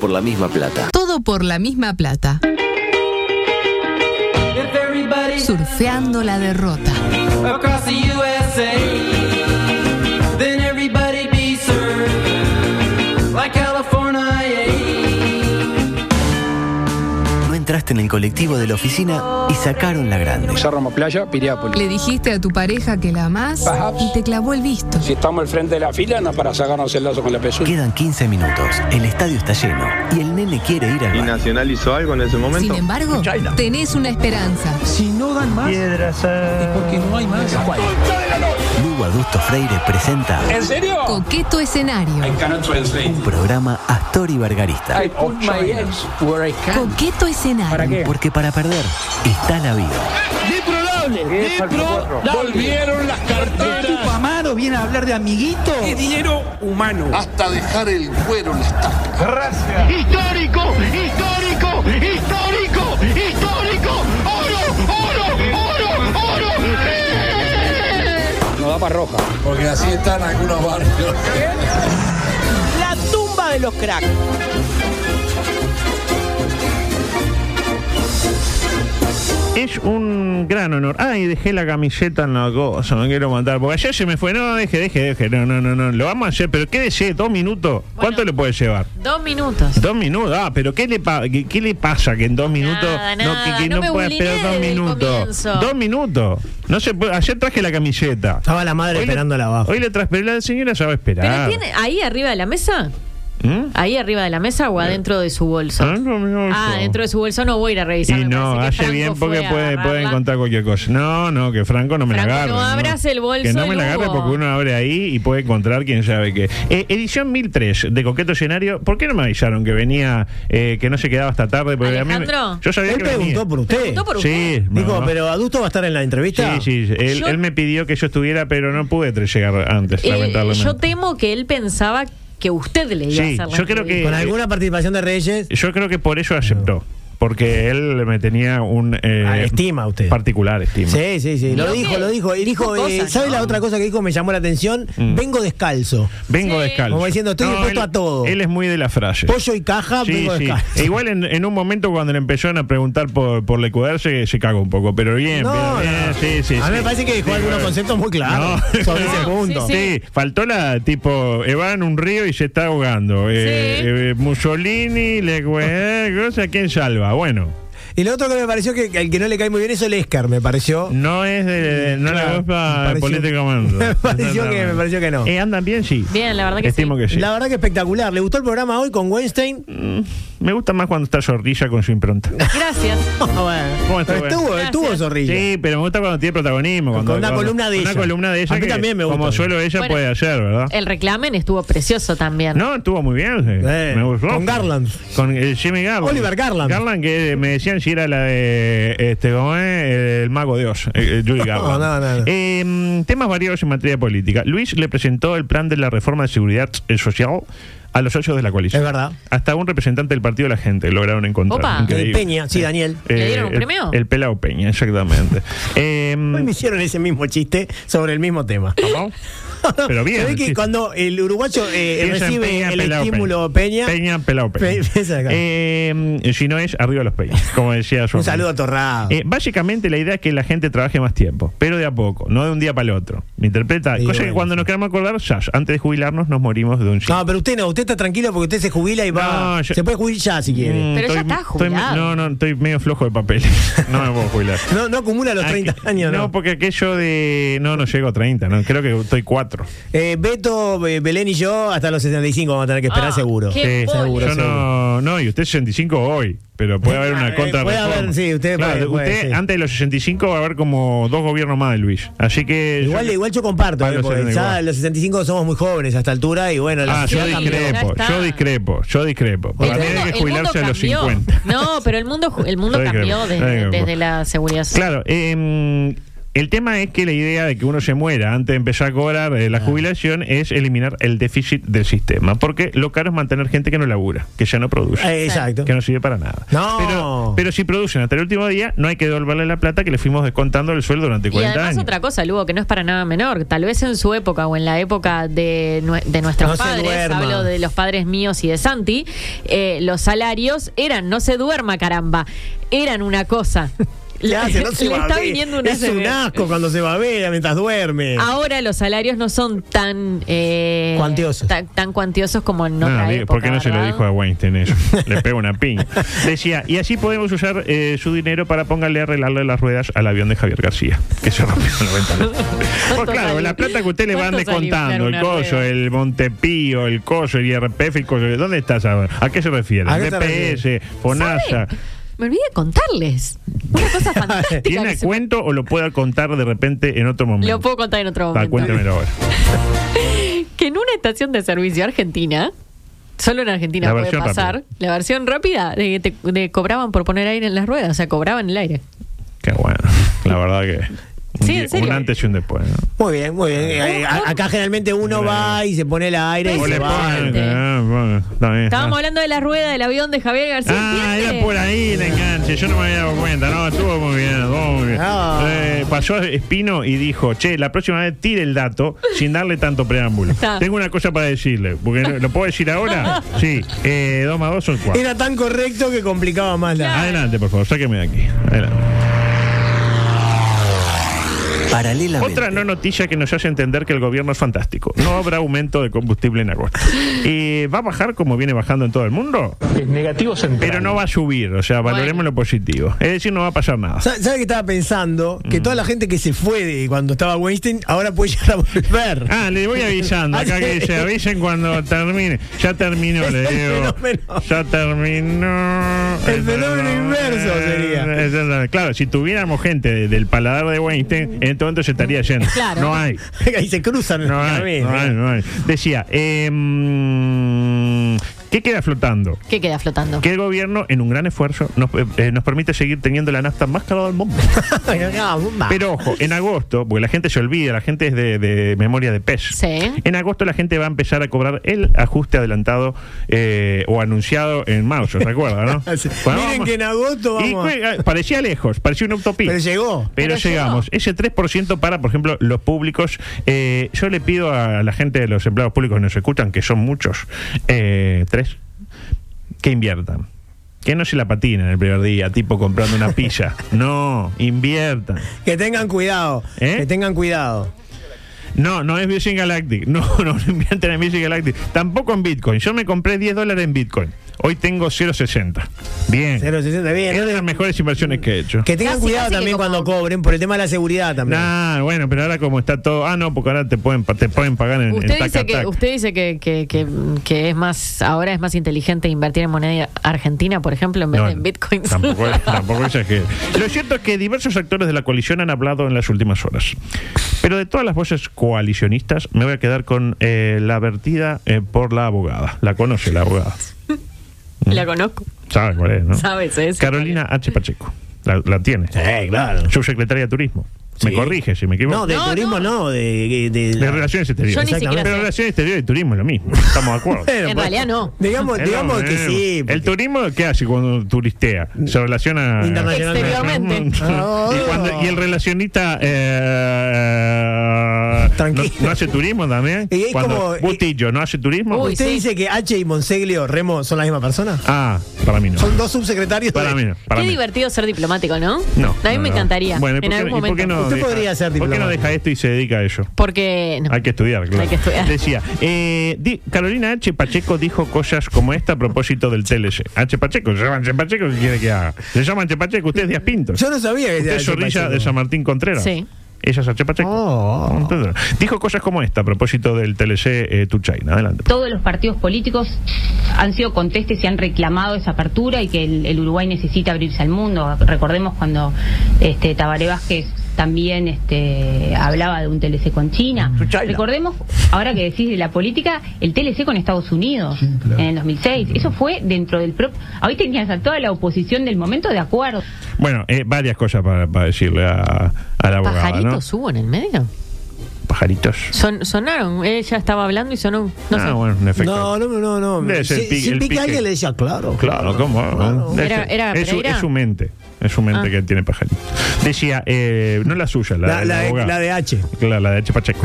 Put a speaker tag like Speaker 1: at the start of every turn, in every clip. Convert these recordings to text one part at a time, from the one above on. Speaker 1: por la misma plata.
Speaker 2: Todo por la misma plata. Surfeando la derrota.
Speaker 3: across the USA. Then everybody be served like California.
Speaker 1: No entraste en el colectivo de la oficina y sacaron la grande.
Speaker 4: Cerro Playa, Piriápolis.
Speaker 2: Le dijiste a tu pareja que la amás
Speaker 4: Perhaps.
Speaker 2: y te clavó el visto.
Speaker 4: Si estamos al frente de la fila, no para sacarnos el lazo con la pezuña.
Speaker 1: Quedan 15 minutos, el estadio está lleno y el nene quiere ir al
Speaker 5: ¿Y
Speaker 1: baño.
Speaker 5: Nacional hizo algo en ese
Speaker 2: Sin
Speaker 5: momento?
Speaker 2: embargo, tenés una esperanza.
Speaker 1: Lugo Adusto Freire presenta
Speaker 4: ¿En serio?
Speaker 2: Coqueto escenario.
Speaker 4: cannot translate.
Speaker 1: un programa Astor y Bargarista.
Speaker 4: put my eggs where I can.
Speaker 2: Coqueto escenario.
Speaker 1: Porque para perder está la vida.
Speaker 4: Volvieron las carteras.
Speaker 6: hasta dejar el cuero en la estaca.
Speaker 7: histórico, histórico, histórico, histórico, oro, oro, oro, oro.
Speaker 4: Nos da para roja.
Speaker 6: Porque así están algunos barrios.
Speaker 8: La tumba de los cracks.
Speaker 9: Es un gran honor. Ay, dejé la camiseta en la cosa, me quiero matar. Porque ayer se me fue, no, deje, deje, deje. No, no, no, no. Lo vamos a hacer, pero quédese, dos minutos. ¿Cuánto le puede llevar?
Speaker 10: Dos minutos.
Speaker 9: Dos minutos, ah, pero ¿qué le, pa- qué, qué le pasa que en dos minutos
Speaker 10: nada,
Speaker 9: que, que
Speaker 10: no me
Speaker 9: pueda
Speaker 10: bulineé
Speaker 9: esperar dos
Speaker 10: desde el
Speaker 9: minutos?
Speaker 10: comienzo.
Speaker 9: Dos minutos. No se puede, ayer traje la camiseta.
Speaker 11: Estaba la madre
Speaker 9: Hoy le-
Speaker 11: esperándola abajo.
Speaker 9: Hoy le traje, pero la señora ya va a
Speaker 10: ¿Pero
Speaker 9: esperar.
Speaker 10: tiene ahí arriba de la mesa?
Speaker 9: Ah. ¿Mm?
Speaker 10: ¿Ahí arriba de la mesa o adentro de su bolso?
Speaker 9: Ah, no, no,
Speaker 10: Ah,
Speaker 9: eso.
Speaker 10: dentro de su bolso no voy a ir a revisar.
Speaker 9: Y
Speaker 10: me
Speaker 9: no,
Speaker 10: parece que
Speaker 9: hace
Speaker 10: Franco
Speaker 9: bien porque
Speaker 10: fue a
Speaker 9: puede,
Speaker 10: agarrarla.
Speaker 9: puede encontrar cualquier cosa. No, no, que Franco no me la
Speaker 10: Franco,
Speaker 9: agarre.
Speaker 10: no abras el bolso
Speaker 9: Que no
Speaker 10: del
Speaker 9: me la agarre
Speaker 10: Hugo.
Speaker 9: porque uno abre ahí y puede encontrar quién sabe qué. Eh, edición 1003 de Coqueto Escenario. ¿Por qué no me avisaron que venía, eh, que no se quedaba hasta tarde? Porque a mí me-
Speaker 10: Alejandro.
Speaker 9: yo sabía
Speaker 11: Él
Speaker 9: que venía.
Speaker 11: preguntó por usted.
Speaker 10: Preguntó por usted.
Speaker 9: Sí,
Speaker 11: Dijo,
Speaker 9: no.
Speaker 11: pero Adusto va a estar en la entrevista.
Speaker 9: Sí, sí, sí. Él,
Speaker 10: Yo-
Speaker 9: él me pidió que yo estuviera, pero no pude tre- llegar antes,
Speaker 10: Eh,
Speaker 9: lamentablemente.
Speaker 10: yo temo que él pensaba que usted le iba a
Speaker 9: Sí,
Speaker 10: hacer la
Speaker 9: yo creo que-
Speaker 11: Con
Speaker 9: Eh,
Speaker 11: alguna participación de Reyes.
Speaker 9: Yo creo que por eso aceptó. Porque él me tenía un. eh,
Speaker 11: Ah, estima usted.
Speaker 9: Particular estima.
Speaker 11: Sí, sí, sí. Lo
Speaker 10: Lo
Speaker 11: dijo,
Speaker 10: que-
Speaker 11: lo dijo. Y dijo,
Speaker 10: dijo
Speaker 11: eh,
Speaker 10: cosas,
Speaker 11: ¿sabe
Speaker 10: ¿no?
Speaker 11: la otra cosa que dijo? Me llamó la atención.
Speaker 9: Mm.
Speaker 11: Vengo descalzo.
Speaker 9: Vengo
Speaker 10: Sí.
Speaker 9: descalzo.
Speaker 11: Como diciendo, estoy dispuesto
Speaker 9: él-
Speaker 11: a todo.
Speaker 9: Él es muy de la frase.
Speaker 11: Pollo y caja,
Speaker 9: Sí,
Speaker 11: vengo
Speaker 9: sí.
Speaker 11: descalzo.
Speaker 9: E igual en, en un momento cuando le empezaron a preguntar por, por Lecuder se, se cagó un poco, pero bien,
Speaker 11: No,
Speaker 9: pero bien,
Speaker 11: no.
Speaker 9: sí, sí,
Speaker 11: A mí me
Speaker 9: sí.
Speaker 11: parece que dejó
Speaker 9: Sí,
Speaker 11: algunos
Speaker 9: bueno.
Speaker 11: conceptos muy claros
Speaker 9: No.
Speaker 11: sobre ese punto.
Speaker 10: Sí,
Speaker 9: Sí, faltó la tipo, eh, va en un río y se está ahogando. Eh,
Speaker 10: Sí.
Speaker 9: eh, Mussolini, Lecuder, cosa, ¿quién salva? Bueno,
Speaker 11: Y lo otro que me pareció que al que no le cae muy bien es Olesker, me pareció.
Speaker 9: no es de, no
Speaker 11: Oh. Claro,
Speaker 9: la
Speaker 11: me
Speaker 9: culpa
Speaker 11: pareció-
Speaker 9: políticamente.
Speaker 11: me pareció que- me pareció que no.
Speaker 9: Eh, ¿Andan bien? Sí.
Speaker 10: Bien, la verdad que
Speaker 9: Estimo
Speaker 10: sí.
Speaker 9: que sí.
Speaker 11: La verdad que espectacular. ¿Le gustó el programa hoy con Weinstein?
Speaker 9: Mm, Me gusta más cuando está zorrilla con su impronta.
Speaker 10: Gracias.
Speaker 9: ¿Cómo
Speaker 11: Bueno,
Speaker 9: estuvo?
Speaker 11: pero estuvo,
Speaker 10: Gracias.
Speaker 11: estuvo zorrilla.
Speaker 9: Sí, pero me gusta cuando tiene protagonismo.
Speaker 11: Con
Speaker 9: cuando-
Speaker 11: una
Speaker 9: cuando-
Speaker 11: columna de
Speaker 9: una
Speaker 11: ella.
Speaker 9: columna de
Speaker 11: A
Speaker 9: ella.
Speaker 11: mí
Speaker 9: que,
Speaker 11: también me gusta.
Speaker 9: Como suelo ella
Speaker 10: Bueno.
Speaker 9: puede hacer, ¿verdad?
Speaker 10: El reclamen estuvo precioso también.
Speaker 9: No, estuvo muy bien. sí.
Speaker 11: Eh,
Speaker 9: me gustó.
Speaker 11: con Garland.
Speaker 9: Con eh, Jimmy Garland.
Speaker 11: Oliver Garland.
Speaker 9: Garland, que eh, me decían si era la de. Este, ¿cómo es? El mago de Oz. eh, eh, Judy
Speaker 11: no,
Speaker 9: Garland.
Speaker 11: no, no.
Speaker 9: Eh, mm, temas variados en materia política. Luis le presentó el plan de la reforma de seguridad eh, social a los socios de la coalición.
Speaker 11: Es verdad.
Speaker 9: Hasta un representante del partido de la gente lograron encontrar.
Speaker 10: Opa.
Speaker 9: Increíble. Eh,
Speaker 11: Peña, sí, Daniel.
Speaker 10: ¿Le dieron un
Speaker 9: el-
Speaker 10: premio?
Speaker 9: El, pelao Peña, exactamente. Eh,
Speaker 11: Hoy me hicieron ese mismo chiste sobre el mismo tema.
Speaker 9: ¿cómo? Pero bien,
Speaker 11: Se ve que
Speaker 9: sí.
Speaker 11: cuando el uruguayo eh,
Speaker 9: Piensa en
Speaker 11: recibe
Speaker 9: Peña,
Speaker 11: el
Speaker 9: Pelao,
Speaker 11: estímulo Peña.
Speaker 9: Peña, pelao Peña.
Speaker 11: Pe- piensa acá.
Speaker 9: Eh, si no es, arriba los Peñas, como decía su
Speaker 11: un
Speaker 9: abuelo.
Speaker 11: saludo a Torrado.
Speaker 9: Eh, básicamente la idea es que la gente trabaje más tiempo, pero de a poco, no de un día para el otro. ¿Me interpreta?
Speaker 11: Y
Speaker 9: Cosa que
Speaker 11: bueno.
Speaker 9: cuando nos queramos acordar, ya, antes de jubilarnos nos morimos de un chiste.
Speaker 11: no, Ah, pero usted no, usted está tranquilo porque usted se jubila y va.
Speaker 9: No, yo-
Speaker 11: Se puede jubilar ya si quiere.
Speaker 9: Mm,
Speaker 10: Pero ya
Speaker 9: estoy-
Speaker 10: está
Speaker 9: estoy-
Speaker 10: jubilado.
Speaker 9: no, no, estoy medio flojo de papel. No me puedo jubilar.
Speaker 11: No, no acumula los 30
Speaker 9: Aqu-
Speaker 11: años, ¿no?
Speaker 9: porque aquello de. No, no llego a 30, no, creo que estoy 4.
Speaker 11: Eh, Beto, eh, Belén y yo hasta los 65 vamos a tener que esperar
Speaker 10: Ah,
Speaker 11: seguro.
Speaker 10: qué- Eh,
Speaker 11: seguro,
Speaker 9: Yo no, no, y usted es 65 hoy, pero puede haber
Speaker 11: Ah,
Speaker 9: una
Speaker 11: eh,
Speaker 9: contra
Speaker 11: puede haber, sí, usted puede, puede,
Speaker 9: usted
Speaker 11: sí.
Speaker 9: antes de los 65 va a haber como dos gobiernos más de Luis. Así que.
Speaker 11: Igual,
Speaker 9: yo-
Speaker 11: igual yo comparto,
Speaker 9: Pablo
Speaker 11: eh, porque
Speaker 9: Serena
Speaker 11: ya
Speaker 9: igual.
Speaker 11: los 65 somos muy jóvenes a esta altura y bueno, la
Speaker 9: Ah, yo
Speaker 11: sociedad cambió.
Speaker 9: discrepo,
Speaker 10: Ya está.
Speaker 9: yo discrepo, yo discrepo. Para mí hay que jubilarse a los 50.
Speaker 10: No, pero el mundo, ju- el mundo
Speaker 9: Está bien,
Speaker 10: cambió
Speaker 9: está
Speaker 10: desde,
Speaker 9: bien.
Speaker 10: desde la seguridad social.
Speaker 9: Claro, eh, El tema es que la idea de que uno se muera antes de empezar a cobrar eh, la
Speaker 11: Ah.
Speaker 9: jubilación es eliminar el déficit del sistema, porque lo caro es mantener gente que no labura, que ya no produce,
Speaker 11: Eh, exacto.
Speaker 9: que no sirve para nada.
Speaker 11: No.
Speaker 9: Pero, pero si producen hasta el último día, no hay que devolverle la plata que le fuimos descontando el sueldo durante
Speaker 10: Y
Speaker 9: 40
Speaker 10: además
Speaker 9: años.
Speaker 10: otra cosa, Lugo, que no es para nada menor. Tal vez en su época o en la época de, nue- de nuestros
Speaker 11: No se
Speaker 10: padres,
Speaker 11: duerma.
Speaker 10: hablo de los padres míos y de Santi, eh, los salarios eran, no se duerma, caramba, eran una cosa.
Speaker 11: ¿Qué hace? No se
Speaker 10: Le está
Speaker 11: babea.
Speaker 10: viniendo una Ah,
Speaker 11: Es un asco cuando se babea mientras duerme.
Speaker 10: Ahora los salarios no son tan eh,
Speaker 11: Cuantiosos.
Speaker 10: Tan, tan cuantiosos como en otra
Speaker 9: diga,
Speaker 10: época,
Speaker 9: ¿Por qué no se lo
Speaker 10: ¿verdad?
Speaker 9: dijo a Weinstein eso? Le pego una piña. Decía, y así podemos usar eh, su dinero para póngale a arreglarle las ruedas al avión de Javier García, que se rompió en la ventana. Pues
Speaker 10: ¿Cuánto
Speaker 9: claro,
Speaker 10: sale-
Speaker 9: la plata que usted le van
Speaker 10: cuánto sale
Speaker 9: descontando,
Speaker 10: inflar
Speaker 9: el
Speaker 10: una
Speaker 9: coso,
Speaker 10: rueda?
Speaker 9: el Montepío, el coso, el IRPF, el coso, ¿dónde está esa- ¿A qué se refiere?
Speaker 11: ¿A qué se refiere?
Speaker 9: ¿DPS? FONASA?
Speaker 10: ¿Sabe? Me olvidé de contarles. Una cosa fantástica.
Speaker 9: ¿Tiene
Speaker 10: que
Speaker 9: a
Speaker 10: se-
Speaker 9: cuento o lo pueda contar de repente en otro momento?
Speaker 10: Lo puedo contar en otro
Speaker 9: Ah,
Speaker 10: momento.
Speaker 9: cuéntemelo ahora.
Speaker 10: que en una estación de servicio argentina, solo en Argentina
Speaker 9: La
Speaker 10: puede
Speaker 9: versión
Speaker 10: pasar,
Speaker 9: rápida.
Speaker 10: la versión rápida de que te, de cobraban por poner aire en las ruedas, o sea, cobraban el aire.
Speaker 9: Qué bueno. La verdad que. un
Speaker 10: Sí, en
Speaker 9: día-
Speaker 10: serio. eh.
Speaker 9: Un antes y un después. ¿no?
Speaker 10: oh.
Speaker 11: Muy bien, muy bien.
Speaker 10: Uh,
Speaker 11: Eh, a- acá generalmente uno va y se pone el aire y
Speaker 9: O
Speaker 11: se
Speaker 9: le
Speaker 11: va.
Speaker 9: ponen,
Speaker 10: Exactamente.
Speaker 9: ah, bueno, está bien.
Speaker 10: Estábamos
Speaker 9: Ah.
Speaker 10: hablando de la rueda del avión de Javier García.
Speaker 9: Ah,
Speaker 10: ¿entiende?
Speaker 9: era por ahí el enganche. Yo no me había dado cuenta. No, estuvo muy bien. estuvo muy bien.
Speaker 11: Ah.
Speaker 9: Eh, pasó Espino y dijo: Che, la próxima vez tire el dato sin darle tanto preámbulo.
Speaker 10: Está.
Speaker 9: Tengo una cosa para decirle. Porque no- ¿Lo puedo decir ahora? Sí. Eh, dos más dos son cuatro.
Speaker 11: Era tan correcto que complicaba más la.
Speaker 9: Adelante, por favor, sáqueme de aquí. Adelante.
Speaker 1: Paralelamente.
Speaker 9: Otra no noticia que nos hace entender que el gobierno es fantástico. No habrá aumento de combustible en agosto. Eh, ¿Va a bajar como viene bajando en todo el mundo?
Speaker 4: Negativo central.
Speaker 9: Pero no va a subir, o sea, valoremos
Speaker 10: Bueno.
Speaker 9: lo positivo. Es decir, no va a pasar nada.
Speaker 11: Sa- ¿Sabe qué estaba pensando? Que
Speaker 6: Mm.
Speaker 11: toda la gente que se fue de cuando estaba Weinstein ahora puede llegar a volver.
Speaker 9: Ah, le voy avisando, acá que se avisen cuando termine. Ya terminó,
Speaker 11: Es el
Speaker 9: le digo.
Speaker 11: fenómeno.
Speaker 9: Ya terminó.
Speaker 11: El fenómeno inverso sería.
Speaker 9: sería. Claro, si tuviéramos gente de- del paladar de Weinstein, entonces se estaría yendo.
Speaker 10: Claro.
Speaker 9: No hay.
Speaker 11: y se cruzan en
Speaker 9: No
Speaker 11: el
Speaker 9: hay,
Speaker 11: camino.
Speaker 9: no hay, no hay. Decía, em, ¿qué queda flotando?
Speaker 10: ¿Qué queda flotando?
Speaker 9: Que el gobierno, en un gran esfuerzo, nos, eh, nos permite seguir teniendo la nafta más cara del mundo.
Speaker 11: Ah, bomba.
Speaker 9: Pero ojo, en agosto, porque la gente se olvida, la gente es de, de memoria de pez.
Speaker 10: Sí.
Speaker 9: En agosto la gente va a empezar a cobrar el ajuste adelantado eh, o anunciado en marzo, ¿se acuerda, no?
Speaker 11: Sí.
Speaker 9: Cuando
Speaker 11: Miren que en agosto
Speaker 9: Y
Speaker 11: vamos a-
Speaker 9: fue- ah, parecía lejos, parecía una utopía.
Speaker 11: Pero llegó.
Speaker 10: Pero
Speaker 9: Pero
Speaker 10: llegó.
Speaker 9: llegamos. Ese 3% para, por ejemplo, los públicos. eh, yo le pido a la gente de los empleados públicos que nos escuchan, que son muchos, eh, tres, que inviertan. Que no se la patinen el primer día, tipo comprando una pizza. No, inviertan.
Speaker 11: Que tengan cuidado.
Speaker 9: ¿Eh?
Speaker 11: Que tengan cuidado.
Speaker 9: No, no es Virgin Galactic. No, no, no invierten en Virgin Galactic. Tampoco en Bitcoin. Yo me compré 10 dólares en Bitcoin. Hoy tengo 0,60. Bien.
Speaker 11: 060, bien.
Speaker 9: Es de las mejores inversiones que he hecho.
Speaker 11: Que tengan
Speaker 10: Casi,
Speaker 11: cuidado
Speaker 10: casi que
Speaker 11: también
Speaker 10: como-
Speaker 11: cuando cobren, por el tema de la seguridad también.
Speaker 9: Nah, bueno, pero ahora como está todo. Ah, no, porque ahora te pueden, pa- te pueden pagar en, en
Speaker 10: Usted dice,
Speaker 9: taca,
Speaker 10: que,
Speaker 9: taca.
Speaker 10: usted dice que, que- que- que es más ahora es más inteligente invertir en moneda argentina, por ejemplo, en vez
Speaker 9: No,
Speaker 10: de en bitcoins.
Speaker 9: Tampoco, tampoco exagere. Lo cierto es que diversos actores de la coalición han hablado en las últimas horas. Pero de todas las voces coalicionistas, me voy a quedar con eh, la vertida eh, por la abogada. La conoce la abogada.
Speaker 10: La conozco.
Speaker 9: ¿Sabe cuál es, no?
Speaker 10: Sabes, es.
Speaker 9: Carolina H. Pacheco. La, la tiene.
Speaker 11: Sí, claro.
Speaker 9: Subsecretaria de Turismo. Me
Speaker 11: Sí.
Speaker 9: corrige si me equivoco.
Speaker 11: No, de
Speaker 10: No,
Speaker 11: turismo
Speaker 10: no.
Speaker 11: no, de, de-
Speaker 9: de Relaciones Exteriores.
Speaker 10: Yo ni siquiera
Speaker 9: Pero
Speaker 10: sé.
Speaker 9: Relaciones Exteriores y Turismo es lo mismo. Estamos de acuerdo.
Speaker 11: Bueno,
Speaker 10: En
Speaker 11: pues,
Speaker 10: realidad no.
Speaker 11: Digamos,
Speaker 9: Es lo
Speaker 11: digamos que
Speaker 9: mismo.
Speaker 11: sí.
Speaker 9: eh, ¿El turismo qué hace cuando turistea? Se relaciona. eh,
Speaker 11: Internacionalmente.
Speaker 10: Exteriormente.
Speaker 9: y, cuando- y el relacionista. eh,
Speaker 11: Tranquilo.
Speaker 9: No, no hace turismo también?
Speaker 11: Y es
Speaker 9: Cuando
Speaker 11: como-
Speaker 9: Bustillo, ¿no hace turismo?
Speaker 10: Uy,
Speaker 11: ¿Usted
Speaker 10: sí.
Speaker 11: dice que H y Monseglio Remo son la misma persona?
Speaker 9: Ah, para mí no.
Speaker 11: Son dos subsecretarios.
Speaker 9: Para
Speaker 11: de-
Speaker 9: mí no. Para
Speaker 10: Qué
Speaker 9: mí no.
Speaker 10: divertido ser diplomático, ¿no?
Speaker 9: No.
Speaker 10: A mí me
Speaker 9: no, no.
Speaker 10: encantaría.
Speaker 9: Bueno, ¿y por
Speaker 10: en
Speaker 9: qué-
Speaker 10: algún
Speaker 9: y por
Speaker 10: momento.
Speaker 9: qué no
Speaker 11: Usted
Speaker 9: deja-
Speaker 11: podría ser
Speaker 9: ¿Por qué no
Speaker 11: diplomático?
Speaker 9: deja esto y se dedica a ello?
Speaker 10: Porque no.
Speaker 9: Hay que estudiar, claro.
Speaker 10: Hay que estudiar.
Speaker 9: Decía, eh, di- Carolina H. Pacheco dijo cosas como esta a propósito del TLC. H. Pacheco, se llama H. Pacheco, ¿qué quiere que haga? Se llama H. Pacheco, usted es Díaz Pinto.
Speaker 11: Yo no sabía que
Speaker 9: usted
Speaker 11: era
Speaker 9: es
Speaker 11: H.
Speaker 9: zorrilla
Speaker 11: Pacheco.
Speaker 9: de San Martín Contreras.
Speaker 10: Sí.
Speaker 9: Ella es H. Pacheco.
Speaker 11: Oh.
Speaker 9: Entonces, Dijo cosas como esta a propósito del TLC eh, To China. Adelante.
Speaker 5: todos los partidos políticos han sido contestes y han reclamado esa apertura y que el, el Uruguay necesita abrirse al mundo. Recordemos cuando este, Tabaré Vázquez también este, hablaba de un TLC con China. Recordemos, ahora que decís de la política, el TLC con Estados Unidos en el 2006. Eso fue dentro del propio... Ahí tenías a toda la oposición del momento de acuerdo.
Speaker 9: Bueno, eh, varias cosas para, para decirle a, a la abogada.
Speaker 10: ¿Pajaritos
Speaker 9: ¿no?
Speaker 10: hubo en el medio?
Speaker 9: Pajaritos.
Speaker 10: Son- sonaron, ella estaba hablando y sonó. un- No
Speaker 9: ah,
Speaker 10: sé.
Speaker 9: bueno, en efecto.
Speaker 11: No, no, no, no.
Speaker 9: Debe ser
Speaker 11: Si-
Speaker 9: el pique-
Speaker 11: si
Speaker 9: el
Speaker 11: pica
Speaker 9: pique.
Speaker 11: alguien le decía, claro.
Speaker 9: Claro, ¿cómo? Debe
Speaker 10: Era-
Speaker 9: ser.
Speaker 10: era
Speaker 9: es, su,
Speaker 10: Pereira.
Speaker 9: es su mente. Es su mente
Speaker 10: Ah.
Speaker 9: que tiene pajarito. Decía, eh, no la suya, la,
Speaker 11: La-
Speaker 9: de
Speaker 11: la de-
Speaker 9: abogada.
Speaker 11: la de H.
Speaker 9: Claro, la de H. Pacheco.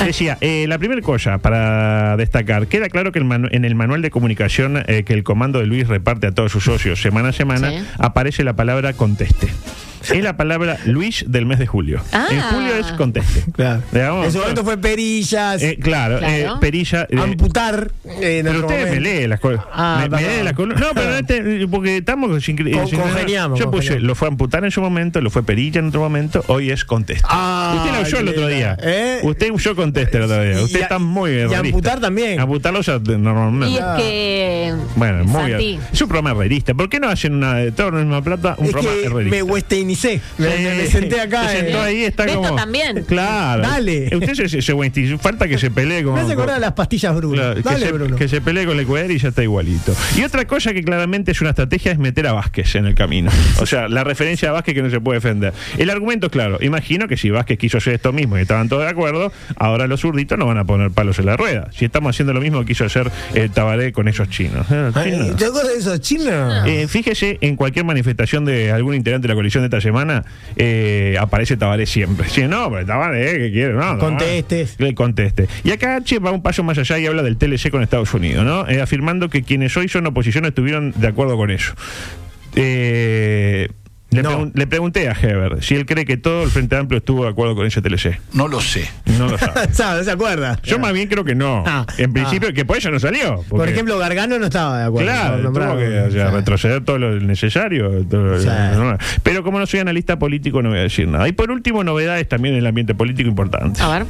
Speaker 10: Ah.
Speaker 9: Decía, eh, la primera cosa para destacar, queda claro que el manu- en el manual de comunicación eh, que el comando de Luis reparte a todos sus socios semana a semana,
Speaker 10: Sí.
Speaker 9: aparece la palabra conteste. Es la palabra Luis del mes de julio.
Speaker 10: Ah.
Speaker 9: En julio es conteste.
Speaker 11: Claro.
Speaker 9: Digamos,
Speaker 11: En su momento fue perillas,
Speaker 9: eh, claro, eh,
Speaker 10: Claro.
Speaker 9: perilla. eh,
Speaker 11: amputar. eh, en
Speaker 9: pero
Speaker 11: otro
Speaker 9: ustedes me
Speaker 11: momento.
Speaker 9: leen las cosas.
Speaker 11: Ah,
Speaker 9: me, me
Speaker 11: perdón.
Speaker 9: leen las cosas. No, pero este, porque estamos sin, eh,
Speaker 11: Con-
Speaker 9: sin-
Speaker 11: congeniamos,
Speaker 9: Yo puse,
Speaker 11: congeniamos.
Speaker 9: lo fue amputar en su momento, lo fue perilla en otro momento, hoy es conteste.
Speaker 11: Ah,
Speaker 9: usted lo usó el otro
Speaker 11: mira,
Speaker 9: día.
Speaker 11: ¿eh?
Speaker 9: Usted usó conteste el otro día.
Speaker 11: Y
Speaker 9: Usted
Speaker 11: a-
Speaker 9: está muy
Speaker 11: y
Speaker 9: herrerista.
Speaker 11: amputar también.
Speaker 9: Amputarlo ya de-
Speaker 10: Y
Speaker 9: normalmente.
Speaker 10: es que.
Speaker 9: Bueno, muy
Speaker 10: Santi,
Speaker 9: bien. Es un programa herrerista. ¿Por qué no hacen una de todo en la misma plata? Un
Speaker 11: es
Speaker 9: programa
Speaker 11: que
Speaker 9: herrerista.
Speaker 11: me westernicé. Me,
Speaker 9: Sí.
Speaker 11: me- me senté acá.
Speaker 9: Se
Speaker 11: eh.
Speaker 9: sentó ahí, está
Speaker 10: Beto
Speaker 9: como.
Speaker 10: también.
Speaker 9: Claro.
Speaker 11: Dale.
Speaker 9: Usted se, se, se Weinstein, Falta que se pelee con.
Speaker 11: Me hace acordar de las pastillas Bruno.
Speaker 9: Claro, que,
Speaker 11: Dale,
Speaker 9: se,
Speaker 11: Bruno.
Speaker 9: que se pelee con el Ecuador y ya está igualito. Y otra cosa que claramente es una estrategia es meter a Vázquez en el camino. O sea, la referencia a Vázquez que no se puede defender. El argumento es claro. Imagino que si Vázquez quiso hacer esto mismo y estaban todos de acuerdo, ahora los zurditos no van a poner palos en la rueda. Si estamos haciendo lo mismo que quiso hacer el Tabaré con esos chinos. Eh,
Speaker 11: Ay,
Speaker 9: chinos.
Speaker 11: ¿Te acuerdas de esos chinos?
Speaker 9: Eh, fíjese, en cualquier manifestación de algún integrante de la coalición de esta semana, eh, aparece Tabaré siempre. Si no, pero Tabaré, ¿qué quiere? No, Tabaré.
Speaker 11: Contestes.
Speaker 9: Que conteste. Y acá Che va un paso más allá y habla del TLC con Estados Unidos, ¿no? Eh, afirmando que quienes hoy son oposición estuvieron de acuerdo con eso. Eh, Le,
Speaker 11: No.
Speaker 9: pregun- le pregunté a Heber si él cree que todo el Frente Amplio estuvo de acuerdo con ese TLC.
Speaker 6: No lo sé.
Speaker 9: No lo sabe.
Speaker 11: ¿Sabes? ¿Se acuerda?
Speaker 9: Yo más bien creo que no.
Speaker 11: Ah,
Speaker 9: en
Speaker 11: ah.
Speaker 9: principio, que por eso no salió.
Speaker 11: Por
Speaker 9: porque-
Speaker 11: ejemplo, Gargano no estaba de acuerdo. por
Speaker 9: Claro,
Speaker 11: nombrar
Speaker 9: tuvo que
Speaker 11: uno.
Speaker 9: o sea,
Speaker 11: Sí.
Speaker 9: retroceder todo lo necesario. todo lo-
Speaker 11: Sí.
Speaker 9: lo normal. Pero como no soy analista político, no voy a decir nada. Y por último, novedades también en el ambiente político importantes.
Speaker 10: A ver.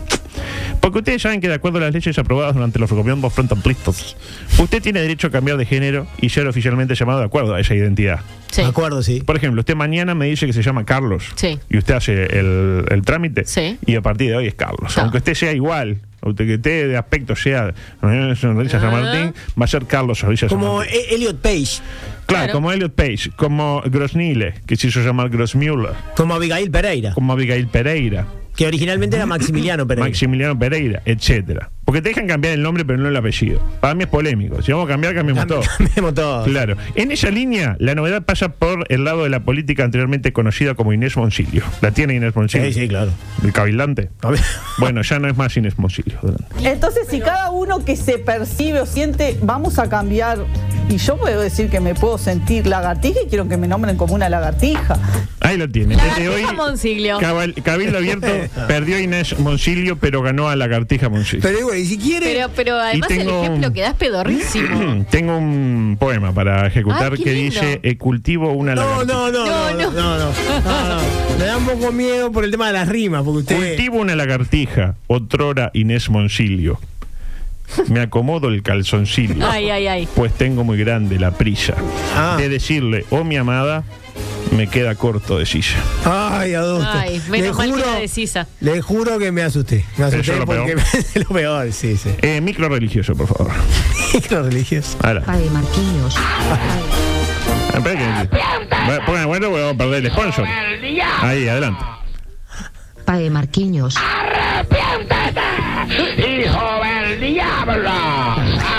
Speaker 9: Porque ustedes saben que de acuerdo a las leyes aprobadas durante los gobiernos frontamplistas, usted tiene derecho a cambiar de género y ser oficialmente llamado de acuerdo a esa identidad.
Speaker 10: Sí.
Speaker 11: Me acuerdo, sí.
Speaker 9: Por ejemplo, usted mañana me dice que se llama Carlos
Speaker 10: Sí.
Speaker 9: y usted hace el, el trámite
Speaker 10: Sí.
Speaker 9: y a partir de hoy es Carlos.
Speaker 10: Ah.
Speaker 9: Aunque usted sea igual, aunque usted de aspecto sea eh, Sonrisa San
Speaker 10: Ah.
Speaker 9: Martín, va a ser Carlos Sonrisa San
Speaker 11: Como
Speaker 9: Martín.
Speaker 11: E- Elliot Page,
Speaker 9: Claro,
Speaker 10: Claro.
Speaker 9: como Elliot Page, como Grosnile, que se hizo llamar Grossmuller,
Speaker 11: como Abigail Pereira,
Speaker 9: como Abigail Pereira,
Speaker 11: que originalmente era Maximiliano Pereira.
Speaker 9: Maximiliano Pereira, etcétera. Porque te dejan cambiar el nombre, pero no el apellido. Para mí es polémico. Si vamos a cambiar, cambiamos
Speaker 11: Cambi-
Speaker 9: todo.
Speaker 11: cambiemos todo.
Speaker 9: Claro. En esa línea, la novedad pasa por el lado de la política anteriormente conocida como Inés Moncilio. ¿La tiene Inés Moncilio?
Speaker 11: Sí, sí, claro.
Speaker 9: ¿El cabildante?
Speaker 11: A ver.
Speaker 9: Bueno, ya no es más Inés Moncilio.
Speaker 12: Entonces, si cada uno que se percibe o siente, vamos a cambiar, y yo puedo decir que me puedo sentir lagartija y quiero que me nombren como una lagartija.
Speaker 9: Ahí lo tiene. Desde
Speaker 10: Lagartija
Speaker 9: hoy,
Speaker 10: Monsilio.
Speaker 9: cabal- Cabildo Abierto perdió Inés Moncilio, pero ganó a Lagartija Moncilio.
Speaker 11: Pero bueno, y si quiere.
Speaker 10: Pero, pero además el
Speaker 9: tengo un-
Speaker 10: ejemplo que das pedorrísimo.
Speaker 9: Tengo un poema para ejecutar
Speaker 10: Ah, qué
Speaker 9: que
Speaker 10: lindo.
Speaker 9: dice eh, cultivo una
Speaker 11: no,
Speaker 9: lagartija.
Speaker 11: no, no, no, no,
Speaker 10: No, no.
Speaker 11: no, no, no. Me da un poco miedo por el tema de las rimas, porque usted.
Speaker 9: Cultivo una lagartija, otrora Inés Moncilio. Me acomodo el calzoncillo,
Speaker 10: Ay, ay, ay.
Speaker 9: pues tengo muy grande la prisa
Speaker 11: Ah.
Speaker 9: de decirle, oh mi amada, me queda corto de silla.
Speaker 11: Ay, adulto.
Speaker 10: Ay, menos mal que era de Sisa.
Speaker 11: Le juro que me asusté. Me asusté
Speaker 9: Eso es lo
Speaker 11: porque
Speaker 9: peor.
Speaker 11: lo peor, sí, sí.
Speaker 9: Eh, micro religioso, por favor.
Speaker 11: Lo religioso.
Speaker 9: Ahora.
Speaker 5: de Marquinhos.
Speaker 9: Espera que- Bueno, Pongan bueno, porque vamos a perder el sponsor. Ahí, adelante.
Speaker 5: de Marquinhos.
Speaker 7: ¡Hijo del diablo!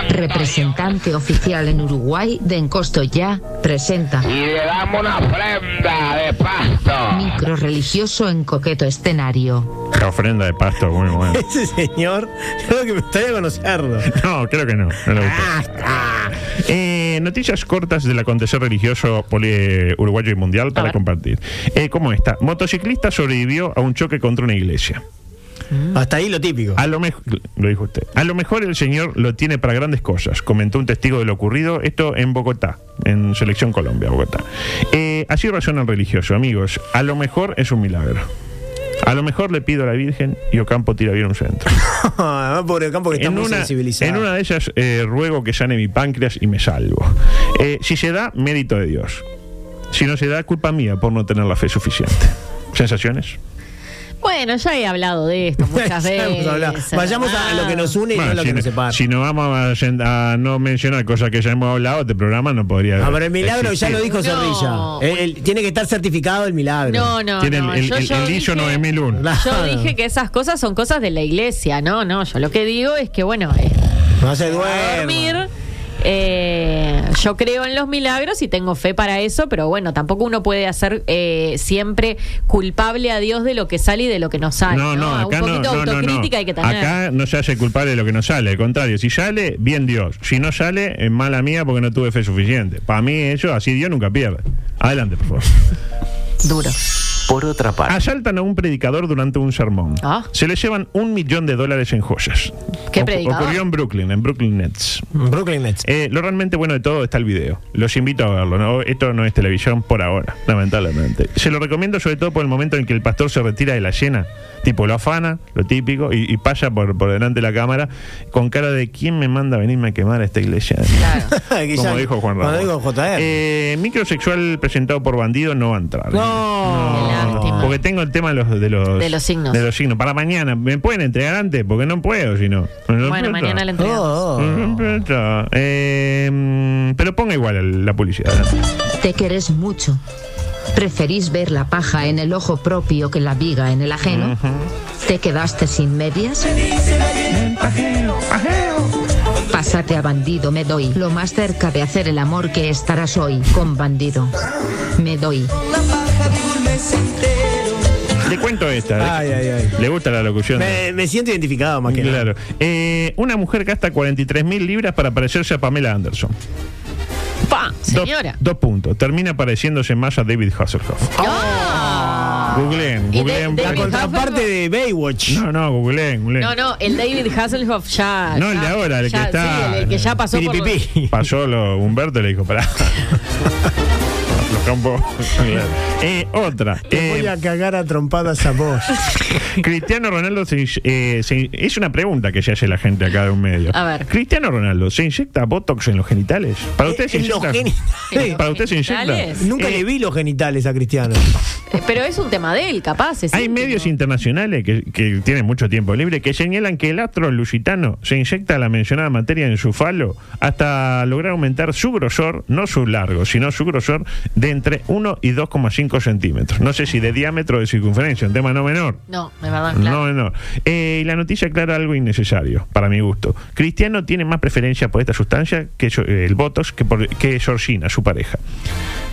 Speaker 5: Representante oficial en Uruguay de Encosto Ya presenta
Speaker 7: Y le damos una ofrenda de pasto.
Speaker 5: micro religioso en coqueto escenario.
Speaker 9: La ofrenda de pasto, muy bueno.
Speaker 11: Ese señor, creo que me gustaría conocerlo. Ah,
Speaker 9: No, creo que no. no le gustó. Eh, noticias cortas del acontecer religioso poli- eh, uruguayo y mundial para
Speaker 10: ver.
Speaker 9: compartir. Eh, como esta, motociclista sobrevivió a un choque contra una iglesia.
Speaker 11: Hasta ahí lo típico.
Speaker 9: A lo mejor, lo dijo usted, a lo mejor el señor lo tiene para grandes cosas, comentó un testigo de lo ocurrido, esto en Bogotá, en Selección Colombia, Bogotá. Eh, así razona el religioso, amigos, a lo mejor es un milagro. A lo mejor le pido a la Virgen y Ocampo tira bien un centro.
Speaker 11: Pobre campo que está
Speaker 9: en
Speaker 11: muy
Speaker 9: una,
Speaker 11: sensibilizado.
Speaker 9: en una de ellas eh, ruego que sane mi páncreas y me salvo. Eh, si se da, mérito de Dios. Si no se da, culpa mía por no tener la fe suficiente. ¿Sensaciones?
Speaker 10: Bueno, ya he hablado de esto muchas
Speaker 11: Ya hemos
Speaker 10: veces.
Speaker 11: hablado. Vayamos a lo que nos une y no a lo
Speaker 9: si,
Speaker 11: que nos
Speaker 9: no-
Speaker 11: separa.
Speaker 9: si no vamos a, yen- a no mencionar cosas que ya hemos hablado, este programa no podría
Speaker 11: Ah, pero el milagro
Speaker 9: existir.
Speaker 11: ya lo dijo
Speaker 10: No.
Speaker 11: Zorrilla. El- el- tiene que estar certificado el milagro.
Speaker 10: No, no,
Speaker 9: Tiene el-
Speaker 10: no,
Speaker 9: el,
Speaker 10: yo-
Speaker 9: el-
Speaker 10: yo
Speaker 9: el ISO
Speaker 10: dije-
Speaker 9: 9001.
Speaker 10: Yo dije que esas cosas son cosas de la iglesia, no, no. Yo lo que digo es que, bueno, eh,
Speaker 11: No se duerme.
Speaker 10: dormir. eh, yo creo en los milagros y tengo fe para eso, pero bueno, tampoco uno puede hacer eh, siempre culpable a Dios de lo que sale y de lo que no sale.
Speaker 9: No, no, acá
Speaker 10: Un
Speaker 9: no,
Speaker 10: poquito
Speaker 9: no,
Speaker 10: de
Speaker 9: no, no.
Speaker 10: autocrítica hay que tener.
Speaker 9: Acá no se hace culpable de lo que no sale. Al contrario, si sale, bien Dios. Si no sale, es mala mía porque no tuve fe suficiente. Para mí, eso, así Dios nunca pierde. Adelante, por favor.
Speaker 10: Duro.
Speaker 1: Por otra parte,
Speaker 9: Asaltan a un predicador durante un sermón.
Speaker 10: Ah.
Speaker 9: Se le llevan un millón de dólares en joyas.
Speaker 10: ¿Qué
Speaker 9: Ocu-
Speaker 10: predicador?
Speaker 9: Ocurrió en Brooklyn, en Brooklyn Nets.
Speaker 11: Brooklyn Nets.
Speaker 9: Eh, lo realmente bueno de todo está el video. Los invito a verlo. ¿no? Esto no es televisión por ahora, lamentablemente. Se lo recomiendo sobre todo por el momento en que el pastor se retira de la llena. Tipo, lo afana, lo típico, y, y pasa por, por delante de la cámara con cara de ¿quién me manda a venirme a quemar a esta iglesia?
Speaker 11: Que
Speaker 9: Como
Speaker 11: ya-
Speaker 9: dijo Juan
Speaker 11: Cuando
Speaker 9: Ramón.
Speaker 11: dijo JR.
Speaker 9: Eh, microsexual presentado por bandido no va a entrar.
Speaker 11: no.
Speaker 10: Qué lástima.
Speaker 9: Porque tengo el tema de los, de los
Speaker 10: De los signos.
Speaker 9: De los signos. Para mañana. ¿Me pueden entregar antes? Porque no puedo, si no. No
Speaker 10: Bueno,
Speaker 9: puedo.
Speaker 10: mañana le entregamos.
Speaker 11: Oh.
Speaker 9: Eh, mm, pero ponga igual el- la publicidad.
Speaker 13: Te querés mucho. ¿Preferís ver la paja en el ojo propio que la viga en el ajeno? ¿Te quedaste sin medias? Pásate a bandido, me doy. Lo más cerca de hacer el amor que estarás hoy con bandido. Me doy.
Speaker 9: Le cuento esta. ¿eh?
Speaker 11: Ay, ay, ay.
Speaker 9: ¿Le gusta la locución?
Speaker 11: Me, me siento identificado más que nada.
Speaker 9: Claro. Eh, una mujer gasta 43 mil libras para parecerse a Pamela Anderson.
Speaker 10: Pa,
Speaker 9: Dos-
Speaker 10: señora.
Speaker 9: Dos, puntos. Termina pareciéndose más a David Hasselhoff. Googleen,
Speaker 10: Y de-
Speaker 9: googleen.
Speaker 10: David
Speaker 11: La contraparte de Baywatch.
Speaker 9: No, no, googleen, googleen.
Speaker 10: No, no, el David Hasselhoff ya.
Speaker 9: No, el
Speaker 10: ya-
Speaker 9: de ahora, el
Speaker 10: ya-
Speaker 9: que está.
Speaker 10: sí, el- el que ya pasó por.
Speaker 11: Piripipí.
Speaker 9: Pasó lo, Humberto y le dijo, pará. Los campos. Eh, otra.
Speaker 11: Te voy
Speaker 9: Eh,
Speaker 11: a cagar a trompadas a vos.
Speaker 9: Cristiano Ronaldo se, in- eh, se in- es una pregunta que se hace la gente acá de un medio.
Speaker 10: A ver.
Speaker 9: Cristiano Ronaldo, ¿se inyecta Botox en los genitales? Para usted se
Speaker 11: Eh, En los
Speaker 9: inyecta.
Speaker 11: genitales.
Speaker 9: Para usted se inyecta.
Speaker 10: ¿Genitales?
Speaker 11: Nunca
Speaker 9: Eh,
Speaker 11: le vi los genitales a Cristiano.
Speaker 10: Eh, Pero es un tema de él, capaz. es
Speaker 9: Hay
Speaker 10: íntimo.
Speaker 9: medios internacionales que, que tienen mucho tiempo libre que señalan que el astro lusitano se inyecta la mencionada materia en su falo hasta lograr aumentar su grosor, no su largo, sino su grosor de entre 1 y 2,5 centímetros. No sé si de diámetro o de circunferencia, un tema no menor.
Speaker 10: No, me va a dar Ah, claro.
Speaker 9: No, no. Eh, y la noticia aclara algo innecesario, para mi gusto. Cristiano tiene más preferencia por esta sustancia que yo- eh, el Botox que por que Georgina, su pareja.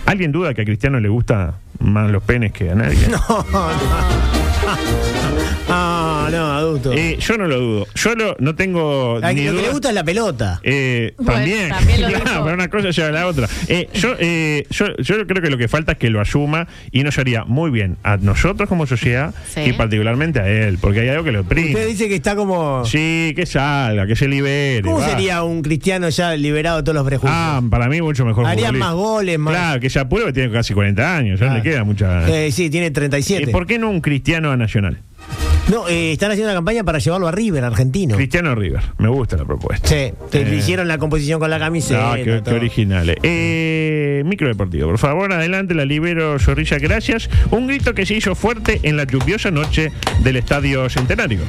Speaker 9: ¿Alguien duda que a Cristiano le gusta más los penes que a nadie?
Speaker 11: No, no. Ah, no, adulto.
Speaker 9: Eh, yo no lo dudo. Yo lo- no tengo
Speaker 11: A
Speaker 9: ni
Speaker 11: que- lo que
Speaker 9: duda.
Speaker 11: le gusta es la pelota.
Speaker 9: Eh,
Speaker 10: Bueno,
Speaker 9: también,
Speaker 10: también lo
Speaker 9: Claro,
Speaker 10: dijo.
Speaker 9: pero una cosa lleva a la otra. Eh, yo, eh, yo, yo creo que lo que falta es que lo asuma y nos haría muy bien a nosotros como sociedad
Speaker 10: Sí.
Speaker 9: y particularmente a él, porque hay algo que lo oprime.
Speaker 11: Usted dice que está como.
Speaker 9: Sí, que salga, que se libere.
Speaker 11: ¿Cómo
Speaker 9: va.
Speaker 11: sería un cristiano ya liberado de todos los prejuicios?
Speaker 9: Ah, para mí mucho mejor.
Speaker 11: Haría
Speaker 9: futbolista.
Speaker 11: más goles, más-
Speaker 9: Claro, que se apure porque tiene casi 40 años, ya no
Speaker 11: Claro.
Speaker 9: le queda mucha.
Speaker 11: Eh, sí, tiene
Speaker 9: ¿Y
Speaker 11: 37.
Speaker 9: por qué no un cristiano a Nacional?
Speaker 11: No, eh, están haciendo una campaña para llevarlo a River, argentino.
Speaker 9: Cristiano River, me gusta la propuesta.
Speaker 11: Sí, te
Speaker 9: Eh.
Speaker 11: hicieron la composición con la camiseta.
Speaker 9: Ah, qué, qué
Speaker 11: todo.
Speaker 9: originales. Eh, microdeportivo, por favor, adelante, la libero Zorrilla, gracias. Un grito que se hizo fuerte en la lluviosa noche del Estadio Centenario.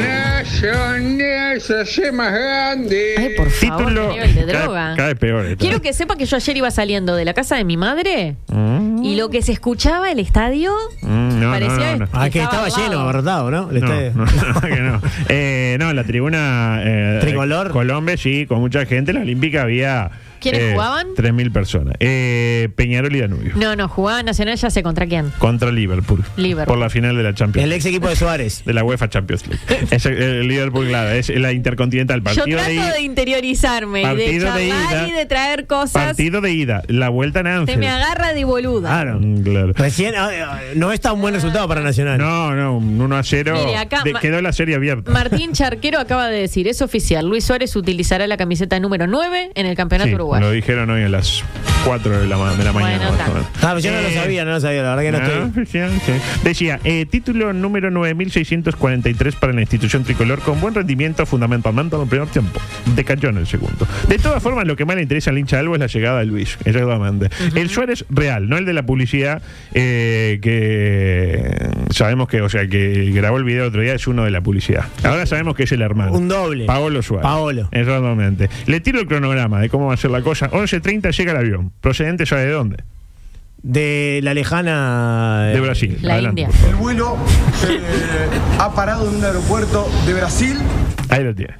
Speaker 4: Nacional se hace más grande.
Speaker 10: Ay, por favor,
Speaker 9: Título-
Speaker 10: qué nivel de
Speaker 9: cada-
Speaker 10: droga.
Speaker 9: cada vez peor esto. ¿eh?
Speaker 10: Quiero que sepa que yo ayer iba saliendo de la casa de mi madre
Speaker 9: Mm,
Speaker 10: y lo que se escuchaba el estadio
Speaker 9: mm, no, no,
Speaker 10: parecía
Speaker 9: no, no.
Speaker 11: Ah, que estaba,
Speaker 10: al
Speaker 11: lleno,
Speaker 10: lado.
Speaker 11: abarrotado, ¿no? El
Speaker 9: No,
Speaker 11: estadio.
Speaker 9: no, que no. Eh, no, la tribuna eh,
Speaker 11: Tricolor.
Speaker 9: Colombia, sí, con mucha gente. La Olímpica había.
Speaker 10: ¿Quiénes
Speaker 9: eh,
Speaker 10: jugaban?
Speaker 9: 3.000 personas. Eh, Peñarol y Danubio.
Speaker 10: No, no, jugaba Nacional, ya sé contra quién.
Speaker 9: Contra Liverpool.
Speaker 10: Liverpool.
Speaker 9: Por la final de la Champions
Speaker 11: El ex equipo de Suárez.
Speaker 9: De la UEFA Champions League. Es el, el Liverpool, claro. Es la Intercontinental.
Speaker 10: Yo
Speaker 9: Partido
Speaker 10: trato
Speaker 9: de,
Speaker 10: de,
Speaker 9: ida-
Speaker 10: interiorizarme y de
Speaker 9: Partido
Speaker 10: charlar
Speaker 9: de ida.
Speaker 10: y de traer cosas.
Speaker 9: Partido de ida. La vuelta en
Speaker 10: Se me
Speaker 9: Anfield.
Speaker 10: agarra de boluda.
Speaker 11: Claro.
Speaker 9: Mm, Claro.
Speaker 11: Recién, ah, ah, no está un buen resultado para Nacional.
Speaker 9: No, no, un 1 a 0.
Speaker 10: Mire, acá Ma-
Speaker 9: quedó la serie abierta.
Speaker 10: Martín Charquero acaba de decir, es oficial, Luis Suárez utilizará la camiseta número 9 en el campeonato
Speaker 9: Sí,
Speaker 10: uruguayo.
Speaker 9: Lo dijeron hoy en las 4 de la, ma- de la mañana.
Speaker 11: Bueno,
Speaker 9: más o menos.
Speaker 11: está. Ah, pues yo no lo
Speaker 9: Eh.
Speaker 11: sabía, no lo sabía, la verdad que no estoy-
Speaker 9: Ah, sí, sí. Decía, eh, título número 9643 para la institución tricolor con buen rendimiento fundamentalmente en el primer tiempo. Decayó en el segundo. De todas formas, lo que más le interesa al hincha de Albo es la llegada de Luis, exactamente. El Suárez real, no el de la publicidad eh, que sabemos que, o sea, que grabó el video otro día es uno de la publicidad. Ahora sabemos que es el hermano.
Speaker 11: Un doble.
Speaker 9: Paolo Suárez.
Speaker 11: Paolo.
Speaker 9: Exactamente. Le tiro el cronograma de cómo va a ser la cosa. 11.30 llega el avión. Procedente, ¿sabe de dónde?
Speaker 11: De la lejana. eh,
Speaker 9: De Brasil. Adelante.
Speaker 14: El vuelo eh, ha parado en un aeropuerto de Brasil.
Speaker 9: Ahí lo tiene.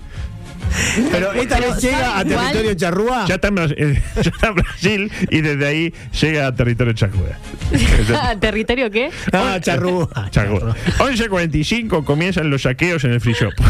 Speaker 11: Pero esta vez llega a territorio charrúa.
Speaker 9: Ya está, en Bras- eh, ya está en Brasil y desde ahí llega a territorio charrúa. Exacto.
Speaker 10: ¿Territorio qué?
Speaker 11: Ah, charrúa.
Speaker 9: eh, Charrúa. 11.45 comienzan los saqueos en el free shop.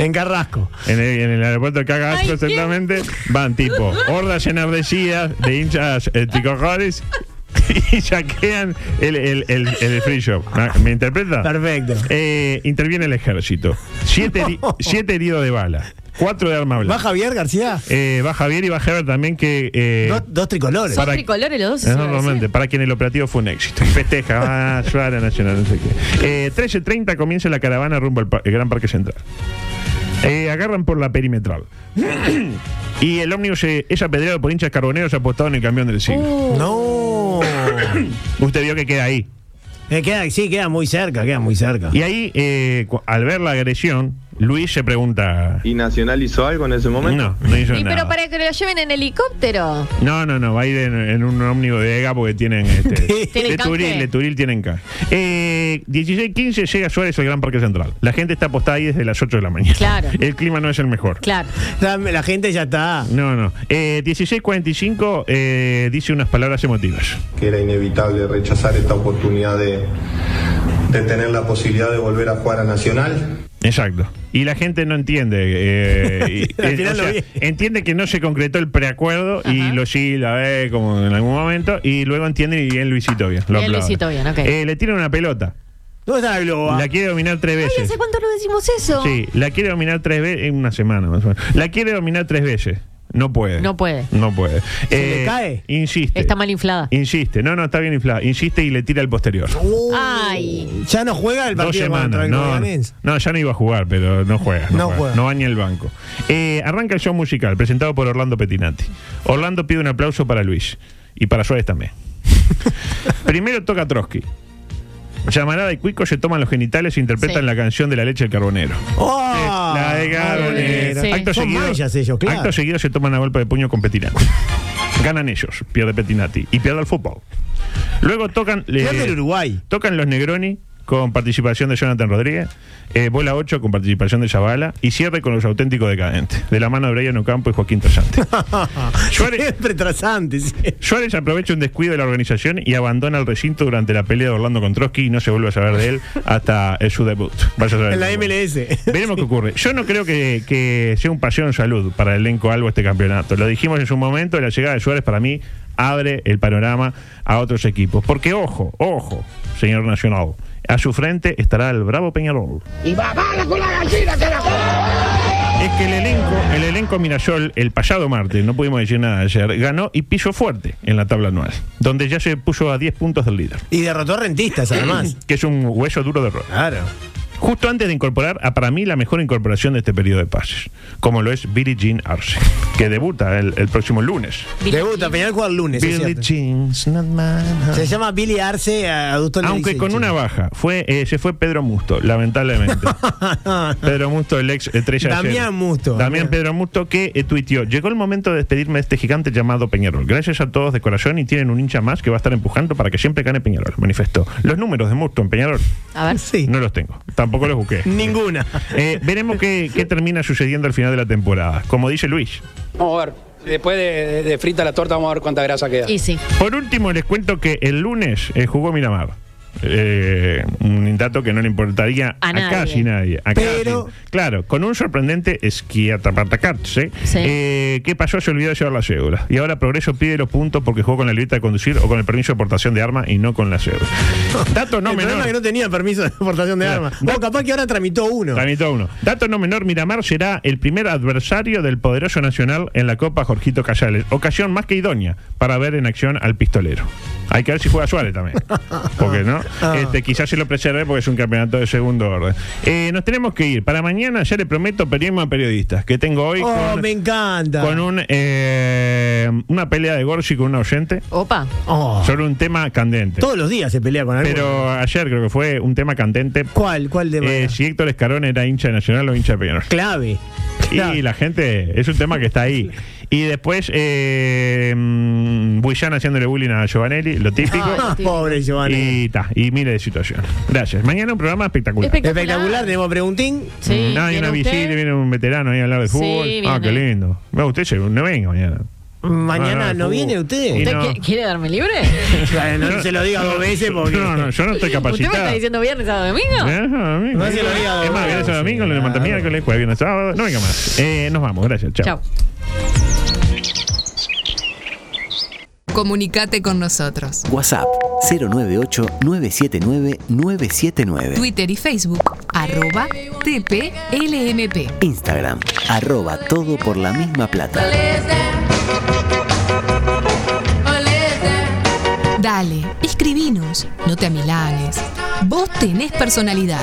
Speaker 11: En Carrasco.
Speaker 9: En el, en el aeropuerto de Cagasco, exactamente, van tipo hordas enardecidas de hinchas eh, tricolores y saquean el, el- el- el free shop. ¿Ah, ¿Me interpreta?
Speaker 11: Perfecto.
Speaker 9: Eh, interviene el ejército. Siete, heri- siete heridos de bala. Cuatro de arma blanca.
Speaker 11: ¿Va Javier García?
Speaker 9: Eh, va Javier y va Heber también que... eh,
Speaker 11: Dos, dos tricolores.
Speaker 10: Son tricolores los dos. eso iba a decir.
Speaker 9: Exactamente, para quien el operativo fue un éxito. Y Festeja, va a ayudar a Nacional, no sé qué. Eh, 13.30 comienza la caravana rumbo al par- el Gran Parque Central. Eh, agarran por la perimetral. y el ómnibus eh, es apedreado por hinchas carboneros apostados en el camión del siglo.
Speaker 10: Oh.
Speaker 11: No.
Speaker 9: Usted vio que queda ahí.
Speaker 11: Eh, queda, sí, queda muy cerca, queda muy cerca.
Speaker 9: Y ahí, eh, cu- al ver la agresión, Luis se pregunta...
Speaker 15: ¿Y Nacional hizo algo en ese momento?
Speaker 9: No, no hizo
Speaker 10: Y
Speaker 9: nada.
Speaker 10: pero para que lo lleven en helicóptero.
Speaker 9: No, no, no, va a ir en, en un ómnibus de EGA porque tienen. Este,
Speaker 10: Tienen
Speaker 9: de
Speaker 10: canje.
Speaker 9: Turil, de Turil tienen K. Eh, 16.15 llega Suárez al Gran Parque Central. La gente está apostada ahí desde las 8 de la mañana.
Speaker 10: Claro.
Speaker 9: El clima no es el mejor.
Speaker 10: Claro.
Speaker 11: La, la gente ya está.
Speaker 9: No, no. Eh, 16.45 eh, dice unas palabras emotivas.
Speaker 16: que era inevitable rechazar esta oportunidad de, de tener la posibilidad de volver a jugar a Nacional.
Speaker 9: Exacto. Y la gente no entiende. eh, y-
Speaker 16: Al
Speaker 9: eh,
Speaker 16: final
Speaker 9: o
Speaker 16: lo
Speaker 9: sea,
Speaker 16: vi.
Speaker 9: entiende que no se concretó el preacuerdo y lo sí, la ve como en algún momento. Y luego entienden y bien Luisito bien. lo
Speaker 10: Bien
Speaker 9: aplauden.
Speaker 10: Luisito bien, ok.
Speaker 9: Eh, le tiran una pelota.
Speaker 11: ¿Dónde está la globa?
Speaker 9: La quiere dominar tres
Speaker 10: Ay,
Speaker 9: veces.
Speaker 10: ¿hace cuánto no decimos eso?
Speaker 9: Sí, la quiere dominar tres veces en una semana más o menos. La quiere dominar tres veces. No puede.
Speaker 10: No puede.
Speaker 9: No puede. Eh,
Speaker 10: le cae?
Speaker 9: Insiste.
Speaker 10: Está mal inflada.
Speaker 9: Insiste. No, no, está bien inflada. Insiste y le tira al posterior.
Speaker 10: Ay.
Speaker 11: Ya no juega el
Speaker 9: Dos
Speaker 11: partido contra
Speaker 9: semanas.
Speaker 11: el
Speaker 9: No,
Speaker 11: Goyanense.
Speaker 9: no, ya no iba a jugar, pero no juega. No,
Speaker 11: No
Speaker 9: juega.
Speaker 11: juega.
Speaker 9: No baña el banco. Eh, arranca el show musical, presentado por Orlando Petinati. Orlando pide un aplauso para Luis. Y para Suárez también. Primero toca Trotsky. Llamarada y Cuico se toman los genitales e interpretan
Speaker 11: Sí.
Speaker 9: la canción de la leche del carbonero.
Speaker 11: ¡Oh!
Speaker 9: Eh, La de Carbonero.
Speaker 11: Sí.
Speaker 9: Acto,
Speaker 11: Son
Speaker 9: seguido,
Speaker 11: mayas ellos, claro.
Speaker 9: acto seguido se toman a golpe de puño con Petinati. Ganan ellos, pierde Petinati y pierde el fútbol. Luego tocan.
Speaker 11: Pierde el Uruguay.
Speaker 9: Tocan los Negroni con participación de Jonathan Rodríguez, eh, Bola 8 con participación de Zavala y cierre con los auténticos decadentes, de la mano de Brian Ocampo y Joaquín Trasante.
Speaker 11: Siempre trasante. sí.
Speaker 9: Suárez aprovecha un descuido de la organización y abandona el recinto durante la pelea de Orlando con Trotsky y no se vuelve a saber de él hasta eh, su debut. Vaya a saber
Speaker 11: En la
Speaker 9: cómo.
Speaker 11: MLS.
Speaker 9: Veremos qué ocurre. Yo no creo que, que sea un paseo en salud para el elenco Albo este campeonato. Lo dijimos en su momento, la llegada de Suárez para mí abre el panorama a otros equipos. Porque ojo, ojo, señor Nacional, a su frente estará el bravo Peñarol.
Speaker 3: Y va, bala con la gallina que la
Speaker 9: Es que el elenco, el elenco Mirasol, el pasado martes, no pudimos decir nada ayer, ganó y piso fuerte en la tabla anual, donde ya se puso a 10 puntos del líder.
Speaker 11: Y derrotó a rentistas, además.
Speaker 9: Que es un hueso duro de roer.
Speaker 11: Claro.
Speaker 9: Justo antes de incorporar a para mí la mejor incorporación de este periodo de pases, como lo es Billie Jean Arce, que debuta el, el próximo lunes.
Speaker 11: Debuta, Peñal juega el lunes. es
Speaker 9: Billie
Speaker 11: cierto.
Speaker 9: Jean's not mine.
Speaker 11: Se llama Billy Arce, a- adulto le
Speaker 9: Aunque
Speaker 11: dice,
Speaker 9: con
Speaker 11: sí.
Speaker 9: una baja, fue eh, se fue Pedro Musto, lamentablemente. Pedro Musto, el ex estrella de
Speaker 11: Damián
Speaker 9: Cero.
Speaker 11: Musto.
Speaker 9: Damián Pedro Musto que eh, tuiteó, llegó el momento de despedirme de este gigante llamado Peñarol. Gracias a todos de corazón y tienen un hincha más que va a estar empujando para que siempre gane Peñarol, manifestó. Los números de Musto en Peñarol
Speaker 10: A ver.
Speaker 9: no los tengo, tampoco los busqué.
Speaker 11: Ninguna.
Speaker 9: Eh, veremos qué, qué termina sucediendo al final de la temporada. Como dice Luis.
Speaker 17: Vamos a ver. Después de, de frita la torta, vamos a ver cuánta grasa queda.
Speaker 10: Y sí.
Speaker 9: Por último, les cuento que el lunes eh, jugó Miramar. eh, un dato que no le importaría
Speaker 10: A
Speaker 9: a,
Speaker 10: nadie.
Speaker 9: casi nadie. a
Speaker 10: Pero-
Speaker 9: casi- claro, con un sorprendente esquiatapatacarse,
Speaker 10: Sí.
Speaker 9: eh, ¿qué pasó? Se olvidó de llevar la cédula. Y ahora Progreso pide los puntos porque jugó con la libreta de conducir o con el permiso de portación de arma y no con la cédula. Dato no
Speaker 11: el
Speaker 9: menor.
Speaker 11: problema es que no tenía permiso de portación de
Speaker 9: Claro.
Speaker 11: armas. O capaz que ahora tramitó uno.
Speaker 9: Tramitó uno. Dato no menor, Miramar será el primer adversario del poderoso nacional en la Copa Jorgito Casales. Ocasión más que idónea para ver en acción al pistolero. Hay que ver si juega Suárez también. Porque no.
Speaker 11: Ah.
Speaker 9: Este, quizás se lo preserve porque es un campeonato de segundo orden. Eh, nos tenemos que ir. Para mañana ya le prometo periodismo a periodistas que tengo hoy
Speaker 11: Oh,
Speaker 9: con,
Speaker 11: me encanta.
Speaker 9: con un, eh, una pelea de Gorsi con un oyente
Speaker 10: Opa.
Speaker 11: Oh,
Speaker 9: sobre un tema candente.
Speaker 11: todos los días se pelea con alguien.
Speaker 9: Pero ayer creo que fue un tema candente.
Speaker 11: ¿Cuál? ¿Cuál de
Speaker 9: Eh, si Héctor Escarón era hincha de Nacional o hincha de Peñarol.
Speaker 11: Clave.
Speaker 9: Y la gente, es un tema que está ahí. Y después, eh, mm, Buillán haciéndole bullying a Giovanelli, lo típico.
Speaker 11: Ah, pobre Giovanni.
Speaker 9: Y, ta, y mire de situación. Gracias. Mañana un programa espectacular.
Speaker 11: Espectacular. tenemos preguntín.
Speaker 10: Sí,
Speaker 9: Mm, No, hay
Speaker 10: ¿viene
Speaker 9: una vigilia,
Speaker 10: usted?
Speaker 9: viene un veterano ahí a hablar de
Speaker 10: Sí,
Speaker 9: fútbol. Ah,
Speaker 10: viene.
Speaker 9: qué lindo. No, usted se- no venga mañana.
Speaker 11: Mañana
Speaker 9: Ah,
Speaker 11: no
Speaker 9: uh.
Speaker 11: viene usted.
Speaker 9: Y
Speaker 10: ¿Usted
Speaker 9: no.
Speaker 10: qui- quiere darme libre?
Speaker 11: Bueno, no
Speaker 9: Yo-
Speaker 11: se lo diga dos veces porque.
Speaker 9: No, no, yo no estoy
Speaker 10: ¿Usted me está
Speaker 9: capacitado.
Speaker 10: diciendo viernes, sábado, domingo?
Speaker 9: Eh, no, domingo.
Speaker 11: No se lo diga dos
Speaker 9: Es más, viene
Speaker 11: veces.
Speaker 9: sábado domingo, lo levanta miércoles, jueves, viernes, sábado. No venga más. Eh, nos vamos, gracias. Chao.
Speaker 10: Chao.
Speaker 2: Comunicate con nosotros.
Speaker 1: WhatsApp 098-979-979.
Speaker 2: Twitter y Facebook, arroba TPLMP.
Speaker 1: Instagram, arroba todo por la misma plata.
Speaker 2: Dale, escribinos, no te amilanes. Vos tenés personalidad.